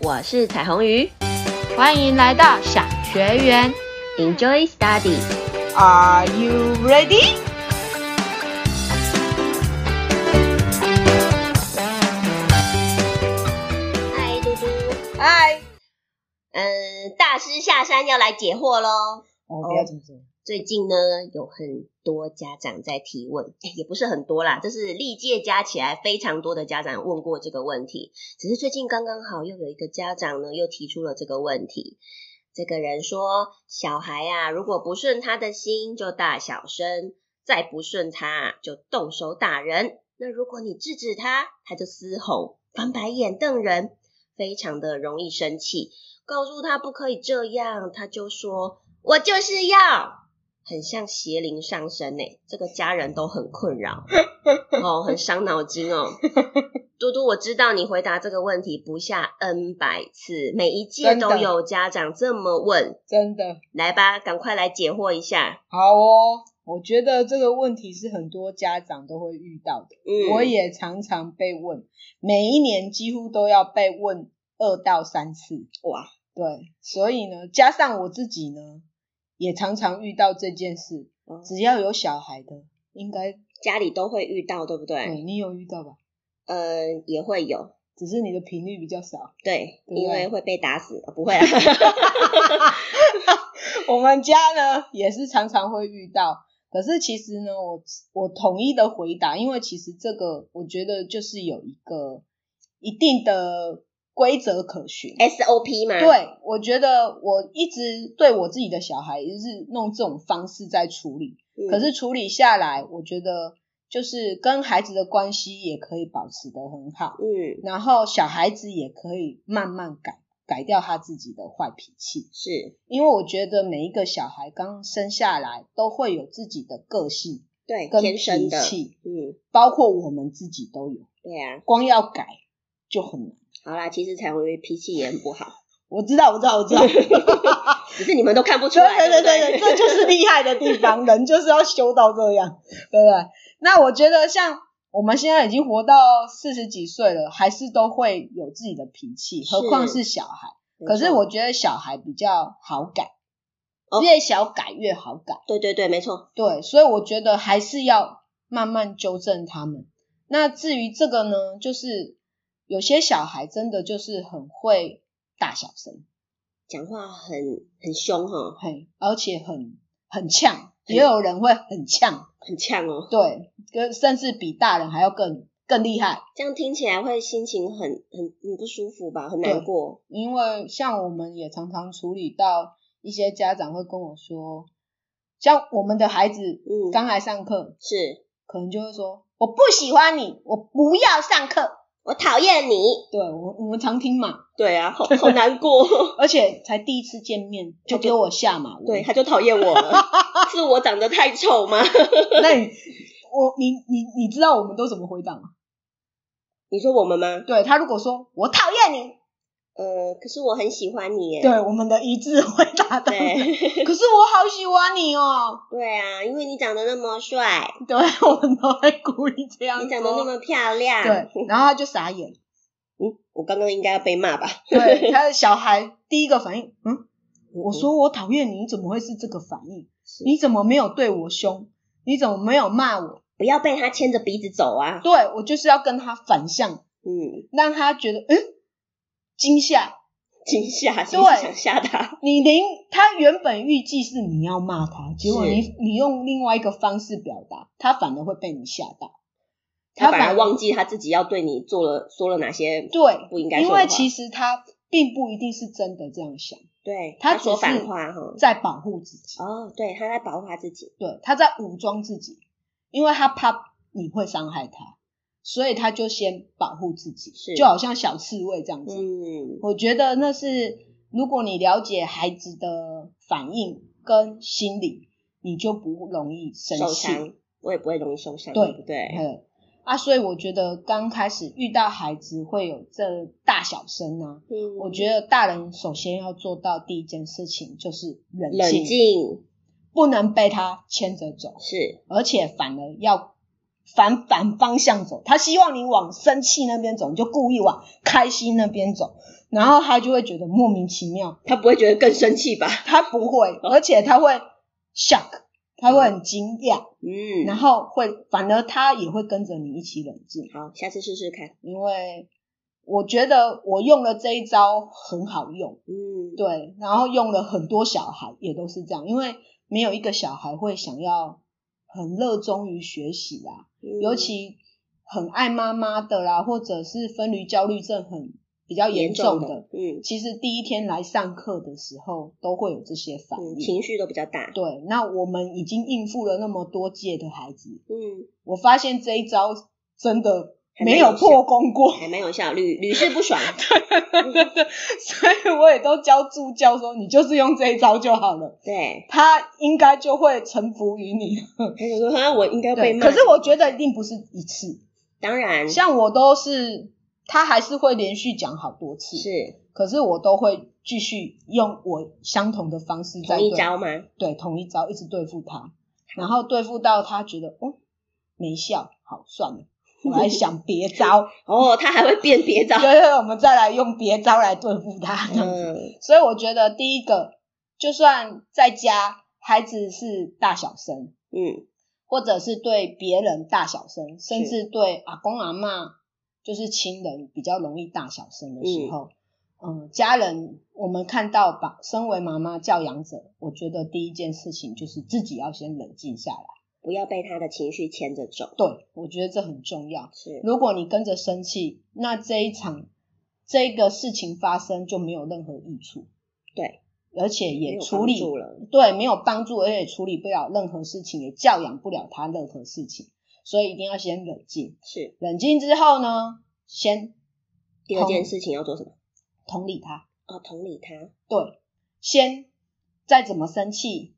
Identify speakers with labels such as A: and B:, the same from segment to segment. A: 我是彩虹鱼
B: 欢迎来到小学园。
A: ，Enjoy Study。
B: Are you ready？
A: 嗨，嘟嘟，
B: 嗨，
A: 嗯，大师下山要来解惑喽。
B: 哦，不要这么说。
A: 最近呢，有很多家长在提问，诶也不是很多啦，这是历届加起来非常多的家长问过这个问题。只是最近刚刚好又有一个家长呢，又提出了这个问题。这个人说，小孩啊，如果不顺他的心，就大小声；再不顺他，就动手打人。那如果你制止他，他就嘶吼、翻白眼、瞪人，非常的容易生气。告诉他不可以这样，他就说：“我就是要。”很像邪灵上身呢、欸这个家人都很困扰 哦，很伤脑筋哦。嘟嘟，我知道你回答这个问题不下 N 百次，每一届
B: 真的
A: 都有家长这么问。
B: 真的
A: 来吧，赶快来解惑一下。
B: 好哦。我觉得这个问题是很多家长都会遇到的，
A: 嗯，
B: 我也常常被问，每一年几乎都要被问二到三次。
A: 哇，
B: 对，所以呢，加上我自己呢，也常常遇到这件事。
A: 嗯
B: 只要有小孩的，应该
A: 家里都会遇到，对不对？
B: 对你有遇到吧？
A: 呃，也会有，
B: 只是你的频率比较少。
A: 对，
B: 对啊
A: 因为会被打死，呃不会啊。
B: 我们家呢也是常常会遇到，可是其实呢，我我统一的回答，因为其实这个我觉得就是有一个一定的规则可循。
A: 哎 SOP 嘛，，
B: 对，我觉得我一直对我自己的小孩也是弄这种方式在处理，
A: 嗯
B: 可是处理下来，我觉得就是跟孩子的关系也可以保持得很好，
A: 嗯，
B: 然后小孩子也可以慢慢改改掉他自己的坏脾气。
A: 是
B: 因为我觉得每一个小孩刚生下来都会有自己的个性
A: 对，
B: 跟
A: 天生
B: 脾
A: 的，
B: 气，
A: 嗯，
B: 包括我们自己都有，
A: 对啊。
B: 光要改就很难。
A: 好啦，其实彩虹鱼脾气也很不好，
B: 我知道，我知道，我知道， 对
A: 只是你们都看不出来，
B: 对对
A: 对不
B: 对对，这就是厉害的地方，人就是要修到这样，对不对？那我觉得像我们现在已经活到四十几岁了，还是都会有自己的脾气，
A: 是
B: 何况是小孩。
A: 没错
B: 可是我觉得小孩比较好改
A: 哦，
B: 越小改越好改。
A: 对对对，没错，
B: 对，所以我觉得还是要慢慢纠正他们。那至于这个呢，就是有些小孩真的就是很会大小声，
A: 讲话很很凶哦哈，
B: 嘿，而且很很呛，也有人会很呛，
A: 很呛哦，
B: 对，跟甚至比大人还要更更厉害。
A: 这样听起来会心情很很很不舒服吧，很难
B: 对
A: 过，
B: 因为像我们也常常处理到一些家长会跟我说，像我们的孩子
A: 嗯
B: 刚来上课，
A: 是
B: 可能就会说我不喜欢你，我不要上课。
A: 我讨厌你，
B: 对我我们常听嘛，
A: 对啊，好好难 过。
B: 而且才第一次见面就给我下马威。
A: 对，，他就讨厌我 了，是我长得太丑吗？
B: 那你我你你你知道我们都怎么回答吗？
A: 你说我们吗？
B: 对他如果说我讨厌你，
A: 呃，可是我很喜欢你耶。
B: 对我们的一致回答都是，
A: 对
B: 可是我好喜欢你哦。
A: 对啊，因为你长得那么帅，
B: 对， 我们都会故意这样
A: 你长得那
B: 说。
A: 么漂亮。
B: 对，然后他就傻眼，
A: 嗯，我刚刚应该要被骂吧？
B: 对，他的小孩第一个反应，嗯，我说我讨厌你，你怎么会是这个反应？
A: 是
B: 你怎么没有对我凶？你怎么没有骂我？
A: 不要被他牵着鼻子走啊。
B: 对我就是要跟他反向，
A: 嗯，
B: 让他觉得嗯惊吓，
A: 惊吓，是
B: 对
A: 想吓他。
B: 你连他原本预计是你要骂他，结果
A: 是
B: 你你用另外一个方式表达，他反而会被你吓到，
A: 他
B: 反
A: 反而忘记他自己要对你做了说了哪些
B: 对，
A: 不应该
B: 因
A: 说的话。
B: 为其实他并不一定是真的这样想，
A: 对
B: 他
A: 他说
B: 只是
A: 反话哈。
B: 在保护自己，
A: 哦，对，他在保护他自己。
B: 对，他在武装自己，因为他怕你会伤害他，所以他就先保护自己
A: 是，
B: 就好像小刺猬这样子，
A: 嗯，
B: 我觉得那是如果你了解孩子的反应跟心理，你就不容易生
A: 受
B: 气。
A: 伤我也不会容易受伤，
B: 对
A: 不对？
B: 嗯啊，所以我觉得刚开始遇到孩子会有这大小声啊，
A: 嗯
B: 我觉得大人首先要做到第一件事情就是冷静，
A: 冷静
B: 不能被他牵着走，
A: 是
B: 而且反而要反反方向走。他希望你往生气那边走，你就故意往开心那边走。然后他就会觉得莫名其妙，
A: 他不会觉得更生气吧？
B: 他不会，而且他会 shock，他会很惊讶，
A: 嗯，
B: 然后会反而他也会跟着你一起冷静，
A: 好，下次试试看。
B: 因为我觉得我用了这一招很好用，
A: 嗯，
B: 对，然后用了很多小孩也都是这样，因为没有一个小孩会想要很热衷于学习啊，
A: 嗯
B: 尤其很爱妈妈的啦，或者是分离焦虑症很比较严重的，，
A: 嗯
B: 其实第一天来上课的时候都会有这些反
A: 嗯，
B: 应。
A: 情绪都比较大。
B: 对，那我们已经应付了那么多届的孩子，
A: 嗯，
B: 我发现这一招真的
A: 还没
B: 没
A: 有
B: 有破功过，
A: 还蛮有效，屡屡试不 爽。
B: 所以我也都教助教说，你就是用这一招就好了，
A: 对，
B: 他应该就会臣服于你。
A: 他就说：“哈，我应该被
B: 对，
A: 骂。”嗯
B: 可是我觉得一定不是一次，
A: 当然是
B: 像我都是，他还是会连续讲好多次，可是我都会继续用我相同的方式再
A: 同一
B: 对
A: 招吗？
B: 对同一招一直对付他，然后对付到他觉得哦没效，好算了，我来想别 招，
A: 哦，他还会辨别嗯招。
B: 就是我们再来用别招来对付他这样子。
A: 嗯
B: 所以我觉得第一个，就算在家孩子是大小声，
A: 嗯，
B: 或者是对别人大小声，甚
A: 是
B: 至对阿公阿嬷，就是亲人比较容易大小声的时候，嗯、家人我们看到把身为妈妈教养者，我觉得第一件事情就是自己要先冷静下来。
A: 不要被他的情绪牵着走。
B: 对，我觉得这很重要。
A: 是，
B: 如果你跟着生气，那这一场这个事情发生就没有任何益处。
A: 对，
B: 而且
A: 没
B: 也
A: 有
B: 处
A: 帮
B: 理
A: 助了。
B: 对，没有帮助，而且处理不了任何事情，也教养不了他任何事情，所以一定要先冷静。
A: 是
B: 冷静之后呢，先
A: 第二件
B: 同
A: 事情要做什么？
B: 同理他，
A: 哦，同理他。
B: 对，先再怎么生气，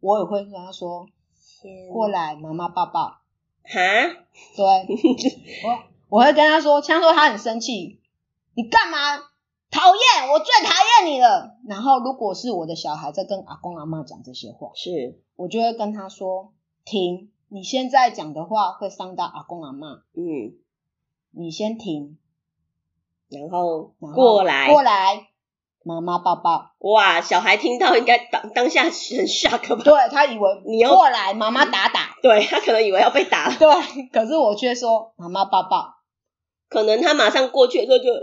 B: 我也会跟他说
A: 先
B: 过来，妈妈抱抱。
A: 哈，
B: 对我我会跟他说，像说他很生气，你干嘛？讨厌，我最讨厌你了。然后，如果是我的小孩在跟阿公阿妈讲这些话，
A: 是，
B: 我就会跟他说：“停，你现在讲的话会伤到阿公阿妈，
A: 嗯，
B: 你先停。
A: 然后
B: 然后
A: 过来，
B: 过来，妈妈抱抱。
A: 哇，小孩听到应该当当下很 shock 吧？
B: 对他以为
A: 你要
B: 过来，妈妈打打。
A: 对他可能以为要被打了，
B: 对，可是我却说妈妈抱抱。
A: 可能他马上过去的时候就呃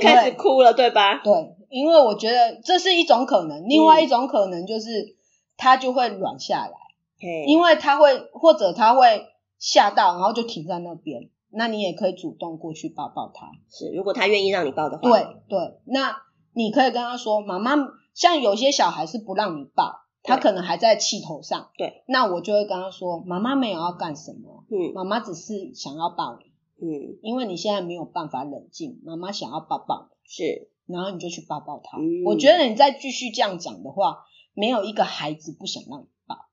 A: 开始
B: 对
A: 哭了，对吧？
B: 对，因为我觉得这是一种可能，另
A: 嗯
B: 外一种可能就是他就会软下来，
A: 嘿，
B: 因为他会或者他会吓到，然后就停在那边。那你也可以主动过去抱抱他。
A: 是，如果他愿意让你抱的话，
B: 对对，那你可以跟他说，妈妈，像有些小孩是不让你抱，他
A: 对
B: 可能还在气头上。
A: 对，
B: 那我就会跟他说，妈妈没有要干什么，
A: 嗯
B: 妈妈只是想要抱你，
A: 嗯，
B: 因为你现在没有办法冷静，妈妈想要抱抱
A: 是，
B: 你，然后你就去抱抱他。
A: 嗯
B: 我觉得你再继续这样讲的话，没有一个孩子不想让你抱，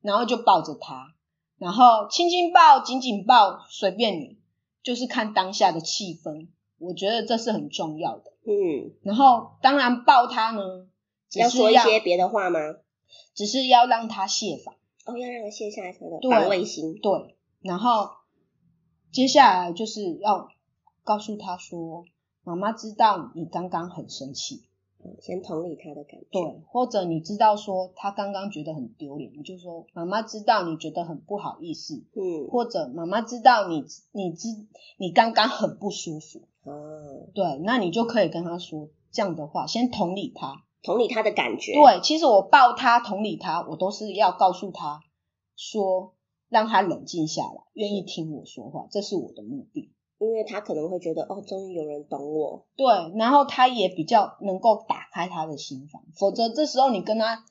B: 然后就抱着他，然后亲亲抱、紧紧抱，随便你，就是看当下的气氛。我觉得这是很重要的。
A: 嗯，
B: 然后当然抱他呢，只
A: 要
B: 是
A: 说一
B: 要
A: 些别的话吗？
B: 只是要让他泄法，
A: 哦，要让他卸下他的
B: 对
A: 防卫心，
B: 对。然后接下来就是要告诉他说，妈妈知道你刚刚很生气，
A: 嗯先同理他的感觉，
B: 对，或者你知道说他刚刚觉得很丢脸，你就说妈妈知道你觉得很不好意思，
A: 嗯，
B: 或者妈妈知道你你知你刚刚很不舒服，
A: 哦，
B: 对，那你就可以跟他说这样的话，先同理他，
A: 同理他的感觉，，
B: 对，其实我抱他、同理他，我都是要告诉他说，让他冷静下来，愿意听我说话，这是我的目的。
A: 因为他可能会觉得，哦，终于有人懂我，
B: 对，然后他也比较能够打开他的心房，否则这时候你跟他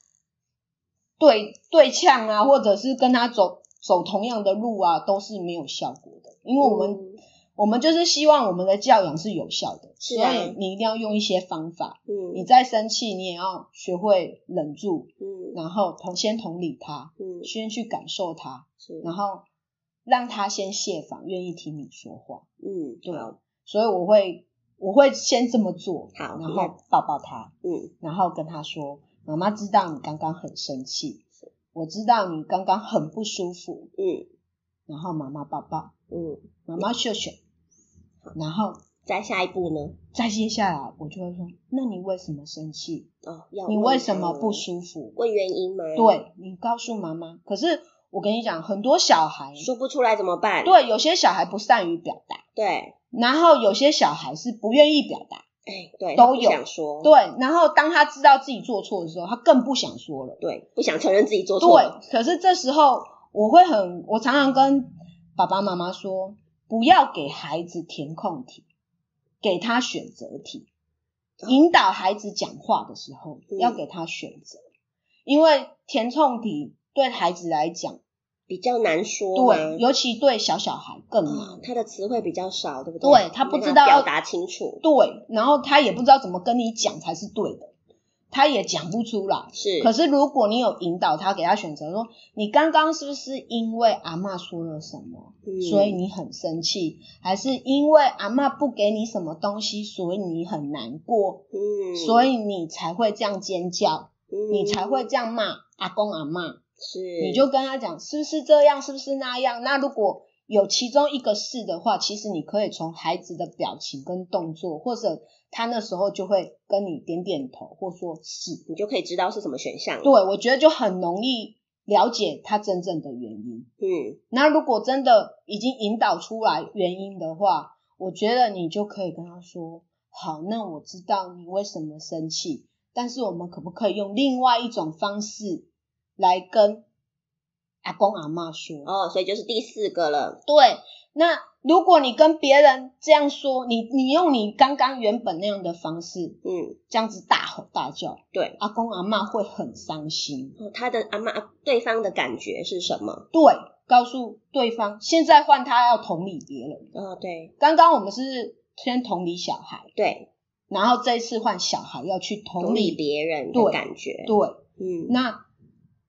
B: 对对呛啊，或者是跟他走走同样的路啊，都是没有效果的。因为我们、
A: 嗯
B: 我们就是希望我们的教养是有效的，
A: 是啊
B: 所以你一定要用一些方法。
A: 嗯，
B: 你再生气，你也要学会忍住，
A: 嗯
B: 然后同先同理他，
A: 嗯
B: 先去感受他，
A: 是，嗯
B: 然后让他先卸防，愿意听你说话。
A: 嗯，
B: 对
A: 好，
B: 所以我会我会先这么做，
A: 好
B: 然后抱抱他，
A: 嗯，
B: 然后跟他说：“妈妈知道你刚刚很生气，我知道你刚刚很不舒服。
A: 嗯”
B: 然后妈妈抱抱，
A: 嗯，
B: 妈妈秀秀，然后
A: 再下一步呢？
B: 再接下来我就会说，那你为什么生气？
A: 哦，要
B: 你
A: 问
B: 为什么
A: 他
B: 不舒服？
A: 问原因吗？，
B: 对你告诉妈妈。可是我跟你讲，很多小孩，
A: 说不出来怎么办？
B: 对有些小孩不善于表达，
A: 对，
B: 然后有些小孩是不愿意表达，
A: 哎，对，
B: 都
A: 他不
B: 有
A: 想说，
B: 对。然后当他知道自己做错的时候，他更不想说了。
A: 对，不想承认自己做错了，
B: 对，可是这时候我会很，我常常跟爸爸妈妈说，不要给孩子填空题，给他选择题。引导孩子讲话的时候，
A: 嗯
B: 要给他选择，因为填空题对孩子来讲，
A: 比较难说嘛，
B: 对，尤其对小小孩更难。
A: 啊，他的词汇比较少，对不
B: 对他不
A: 没
B: 知
A: 办法
B: 道
A: 表达清楚，
B: 对，然后他也不知道怎么跟你讲才是对的，他也讲不出来。
A: 是，
B: 可是如果你有引导他，给他选择说，你刚刚是不是因为阿嬷说了什么，
A: 嗯
B: 所以你很生气，还是因为阿嬷不给你什么东西，所以你很难过，
A: 嗯，
B: 所以你才会这样尖叫，
A: 嗯
B: 你才会这样骂阿公阿嬷。
A: 是，
B: 你就跟他讲是不是这样，是不是那样。那如果有其中一个是的话，其实你可以从孩子的表情跟动作，或者他那时候就会跟你点点头，或说是。
A: 你就可以知道是什么选项，
B: 对，，我觉得就很容易了解他真正的原因。
A: 嗯，
B: 那如果真的已经引导出来原因的话，我觉得你就可以跟他说：“好，那我知道你为什么生气，但是我们可不可以用另外一种方式来跟阿公阿嬷说？”
A: 哦，所以就是第四个了，
B: 对，那如果你跟别人这样说，你你用你刚刚原本那样的方式，
A: 嗯，
B: 这样子大吼大叫，
A: 对，
B: 阿公阿嬷会很伤心。
A: 哦他的阿妈对方的感觉是什么？
B: 对，告诉对方，现在换他要同理别人。
A: 哦，对
B: 刚刚我们是先同理小孩，
A: 对，
B: 然后这一次换小孩要去同
A: 同理
B: 理
A: 别人的
B: 对
A: 感觉，
B: 对，
A: 嗯，
B: 那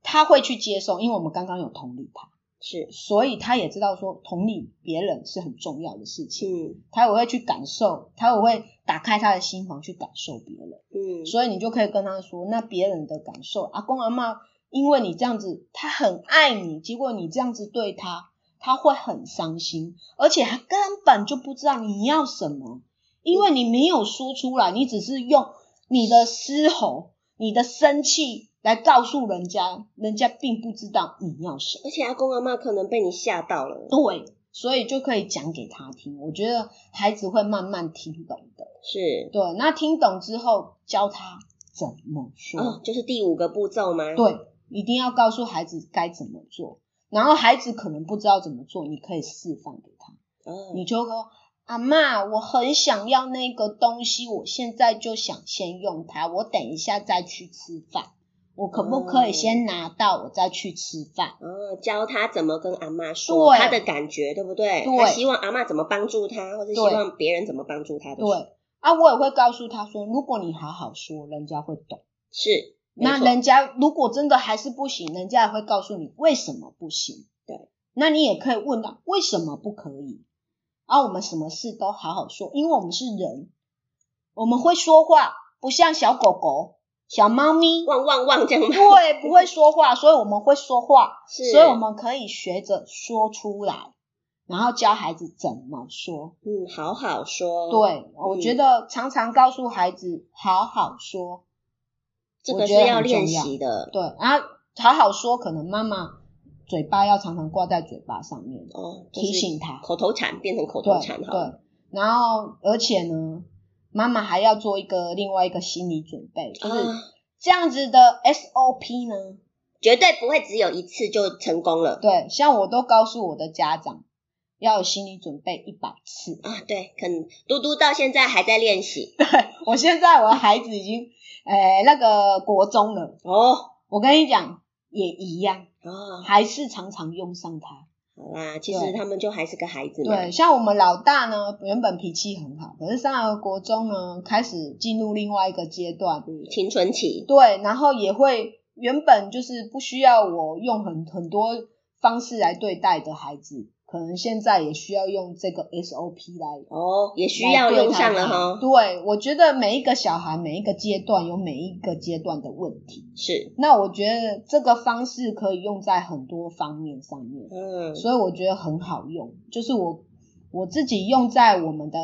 B: 他会去接受，因为我们刚刚有同理他，
A: 是，
B: 所以他也知道说同理别人是很重要的事情，
A: 嗯
B: 他也会去感受，他也会打开他的心房去感受别人。
A: 嗯，
B: 所以你就可以跟他说，那别人的感受，阿公阿嬷因为你这样子，他很爱你，结果你这样子对他，他会很伤心，而且他根本就不知道你要什么，因为你没有说出来，你只是用你的嘶吼、你的生气来告诉人家，人家并不知道你要什么。
A: 而且阿公阿妈可能被你吓到了，
B: 对，所以就可以讲给他听，我觉得孩子会慢慢听懂的。
A: 是，
B: 对，那听懂之后教他怎么说。
A: 哦，就是第五个步骤吗？
B: 嗯对，一定要告诉孩子该怎么做。然后孩子可能不知道怎么做，你可以示范给他，
A: 哦，
B: 你就说：“阿妈，我很想要那个东西，我现在就想先用它，我等一下再去吃饭，我可不可以
A: 嗯
B: 先拿到，我再去吃饭？”
A: 哦，教他怎么跟阿妈说
B: 对
A: 他的感觉，对不对？
B: 对
A: 他希望阿妈怎么帮助他，或者希
B: 对
A: 望别人怎么帮助他的。，
B: 对，啊，我也会告诉他说，如果你好好说，人家会懂。
A: 是。没
B: 那
A: 错
B: 人家如果真的还是不行，人家也会告诉你为什么不行。
A: 对，
B: 那你也可以问他为什么不可以。啊，我们什么事都好好说，因为我们是人，我们会说话，不像小狗狗、小猫咪，
A: 汪汪汪这样吗？
B: 对，不会说话，所以我们会说话，
A: 是，
B: 所以我们可以学着说出来，然后教孩子怎么说。
A: 嗯，好好说。，嗯
B: 对，我觉得常常告诉孩子好好说，
A: 这
B: 我
A: 个是
B: 觉得
A: 要
B: 很重
A: 练
B: 要
A: 习的。
B: 对，然后好好说，可能妈妈嘴巴要常常挂在嘴巴上面，
A: 哦，就是
B: 提醒他。
A: 口头禅变成口头
B: 对
A: 禅好啊了。
B: 对，然后而且呢，妈妈还要做一个另外一个心理准备，就是
A: 啊，
B: 这样子的 SOP 呢。
A: 绝对不会只有一次就成功了。
B: 对，像我都告诉我的家长要有心理准备一百次。
A: 啊，对，可能嘟嘟到现在还在练习。
B: 我现在我的孩子已经诶、那个国中了，
A: 哦，
B: 我跟你讲也一样，
A: 哦，
B: 还是常常用上它。
A: 好啦，其实
B: 对
A: 他们就还是个孩子嘛。
B: 对，像我们老大呢，原本脾气很好，可是上了国中呢，开始进入另外一个阶段，
A: 嗯，青春期。
B: 对，然后也会原本就是不需要我用很很多方式来对待的孩子，可能现在也需要用这个 SOP 来。呃
A: 哦，也需
B: 来
A: 要
B: 对待
A: 用上了
B: 他
A: 哈。
B: 对，我觉得每一个小孩每一个阶段有每一个阶段的问题，
A: 是，
B: 那我觉得这个方式可以用在很多方面上面。
A: 嗯，
B: 所以我觉得很好用，就是我我自己用在我们的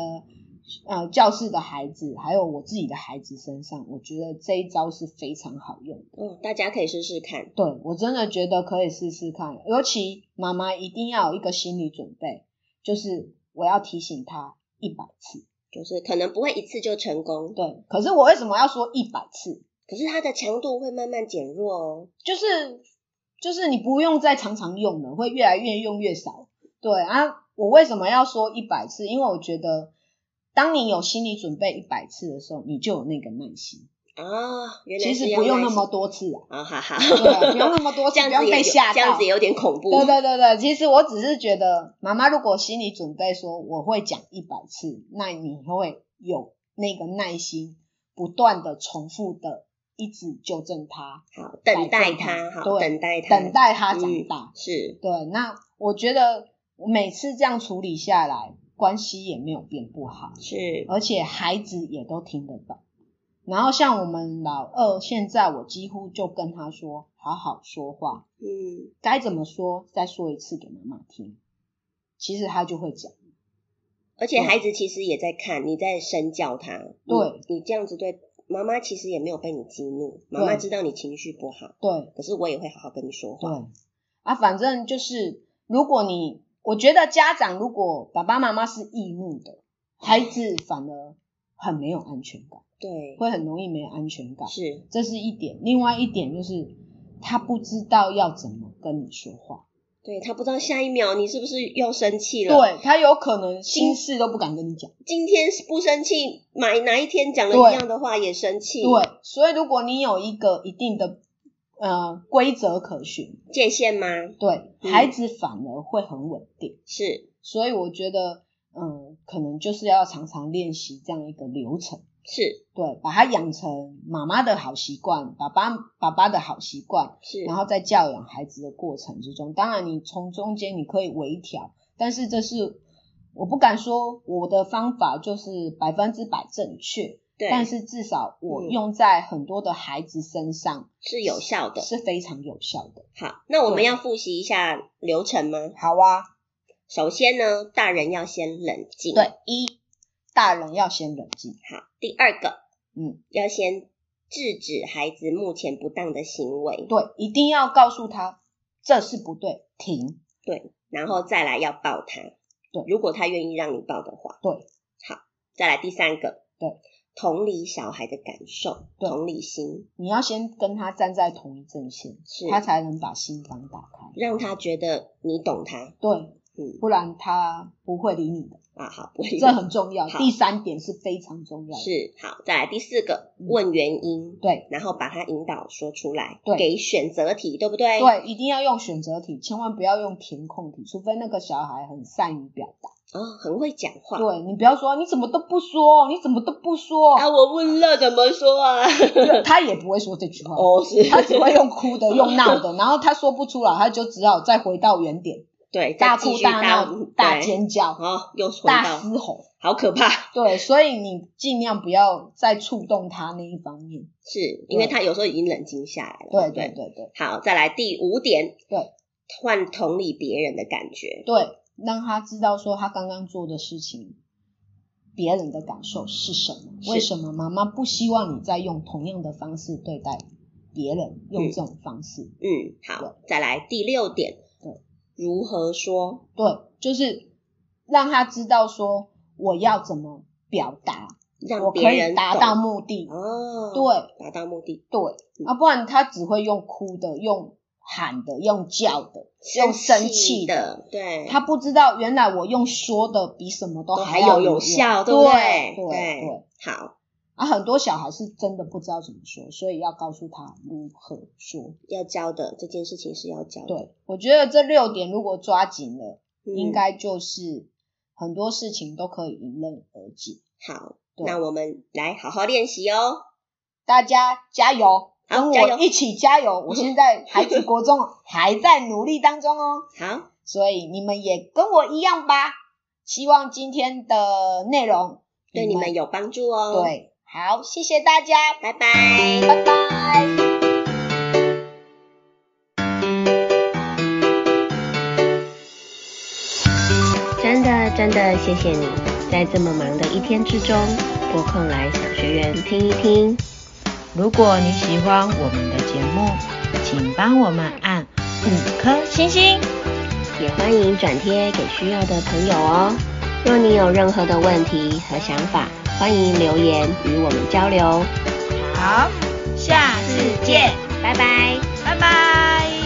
B: 呃教室的孩子，还有我自己的孩子身上，我觉得这一招是非常好用的。
A: 哦，大家可以试试看。
B: 对我真的觉得可以试试看，尤其妈妈一定要有一个心理准备，就是我要提醒他一百次。
A: 就是可能不会一次就成功，
B: 对，可是我为什么要说一百次？
A: 可是它的强度会慢慢减弱哦。
B: 就是就是你不用再常常用了，会越来越用越少。对啊，我为什么要说一百次？因为我觉得，当你有心理准备一百次的时候，你就有那个耐心。
A: 啊，原来
B: 其
A: 是
B: 实
A: 要
B: 不用
A: 耐
B: 那
A: 心
B: 么多次 啊，
A: 啊，哈哈，
B: 对，不用那么多次，
A: 这
B: 不
A: 样
B: 用
A: 子也
B: 被
A: 有
B: 吓
A: 这样
B: 到
A: 子。也有点恐怖。
B: 对对对对，其实我只是觉得，妈妈如果心理准备说我会讲一百次，那你会有那个耐心，不断的重复的一直纠正他，
A: 好，等待
B: 改变
A: 它，好，
B: 对
A: 等待它，
B: 等待他长
A: 嗯
B: 大。
A: 是
B: 对，那我觉得每次这样处理下来，关系也没有变不好，
A: 是，
B: 而且孩子也都听得懂。然后像我们老二，现在我几乎就跟他说，好好说话，
A: 嗯，
B: 该怎么说再说一次给妈妈听，其实他就会讲。
A: 而且
B: 对
A: 孩子其实也在看，你在身教他，
B: 嗯对
A: 你，你这样子对妈妈其实也没有被你激怒，妈妈
B: 对
A: 知道你情绪不好，
B: 对
A: 可是我也会好好跟你说话，
B: 对，啊，反正就是如果你，我觉得家长如果爸爸妈妈是易怒的，孩子反而很没有安全感，
A: 对，
B: 会很容易没有安全感。
A: 是，
B: 这是一点。另外一点就是他不知道要怎么跟你说话，
A: 对他不知道下一秒你是不是要生气了，，
B: 对他有可能心事都不敢跟你讲。
A: 今天不生气，买哪一天讲了
B: 对
A: 一样的话也生气，
B: 对，所以如果你有一个一定的呃规则可循，
A: 界限吗？
B: 对
A: 嗯
B: 孩子反而会很稳定。
A: 是
B: 所以我觉得，嗯，可能就是要常常练习这样一个流程。
A: 是
B: 对，把它养成妈妈的好习惯，爸爸爸爸的好习惯，
A: 是，
B: 然后在教养孩子的过程之中，当然你从中间你可以微调，但是这是我不敢说我的方法就是百分之百正确，
A: 对，
B: 但是至少我
A: 嗯
B: 用在很多的孩子身上
A: 是有效的。
B: 是非常有效的。
A: 好，那我们
B: 对
A: 要复习一下流程吗？
B: 好啊，
A: 首先呢，大人要先冷静。
B: 对，一大人要先冷静，
A: 好，第二个，
B: 嗯，
A: 要先制止孩子目前不当的行为，
B: 对，一定要告诉他这是不对，停，
A: 对，然后再来要抱他，
B: 对
A: 如果他愿意让你抱的话，
B: 对，
A: 好，再来第三个，
B: 对，
A: 同理小孩的感受，
B: 对
A: 同理心，
B: 你要先跟他站在同一阵线，
A: 是
B: 他才能把心房打开，
A: 让他觉得你懂他，
B: 对，
A: 嗯，
B: 不然他不会理你的。
A: 啊，好，不会
B: 这很重要。
A: 好
B: 第三点是非常重要的，
A: 是好，再来第四个，
B: 嗯
A: 问原因，
B: 对
A: 然后把它引导说出来，
B: 对
A: 给选择题，对不对？，
B: 对，一定要用选择题，千万不要用填空题，除非那个小孩很善于表达。
A: 哦，很会讲话。
B: 对你不要说你怎么都不说，你怎么都不说，
A: 啊，我问了怎么说啊？
B: 对他也不会说这句 话，
A: 哦，是，
B: 他只会用哭的、用闹的，然 后他说不出来，他就只好再回到原点，
A: 对，
B: 大
A: 再继
B: 哭
A: 续
B: 大
A: 当
B: 闹、大，尖
A: 对
B: 叫、
A: 哦，又回
B: 大
A: 到，
B: 嘶吼。
A: 好可怕。
B: 对，所以你尽量不要再触动他那一方面。
A: 是因为他有时候已经冷静下来了。
B: 对
A: 对
B: 对对对
A: 好，再来第五点，
B: 对，
A: 换同理别人的感觉。
B: 对，让他知道说他刚刚做的事情，别人的感受是什么？
A: 是
B: 为什么妈妈不希望你再用同样的方式对待别人，用
A: 嗯
B: 这种方式？
A: 嗯，好，再来第六点
B: 对，
A: 如何说？
B: 对，就是让他知道说我要怎么表达，
A: 让
B: 我
A: 别
B: 可以
A: 人
B: 达
A: 懂
B: 到目的。
A: 哦，
B: 对，
A: 达到目的，
B: 对，啊，不然他只会用哭的，用喊的，用叫的，用生气的。
A: 的，对，
B: 他不知道，原来我用说的比什么都
A: 都还
B: 要
A: 有有
B: 用
A: 效，
B: 对
A: 不
B: 对
A: 对？
B: 对对，
A: 好，
B: 啊，很多小孩是真的不知道怎么说，所以要告诉他如何说。
A: 要教的这件事情是要教的，
B: 对，我觉得这六点如果抓紧了，
A: 嗯
B: 应该就是很多事情都可以迎刃而解。
A: 好。
B: 对
A: 那我们来好好练习哦。
B: 大家加油，跟
A: 加油
B: 我一起加油！我现在孩子 国中还在努力当中哦，
A: 好，
B: 所以你们也跟我一样吧。希望今天的内容
A: 对你们有帮助哦。，
B: 对好，谢谢大家，
A: 拜拜。
B: 拜拜。
A: 真的真的谢谢你，
C: 在这么忙的一天之中，拨空来小学院听一听。
D: 如果你喜欢我们的节目，请帮我们按五颗星星。
C: 也欢迎转贴给需要的朋友哦。若你有任何的问题和想法，欢迎留言与我们交流。
D: 好，下次见，
C: 拜拜。
D: 拜拜。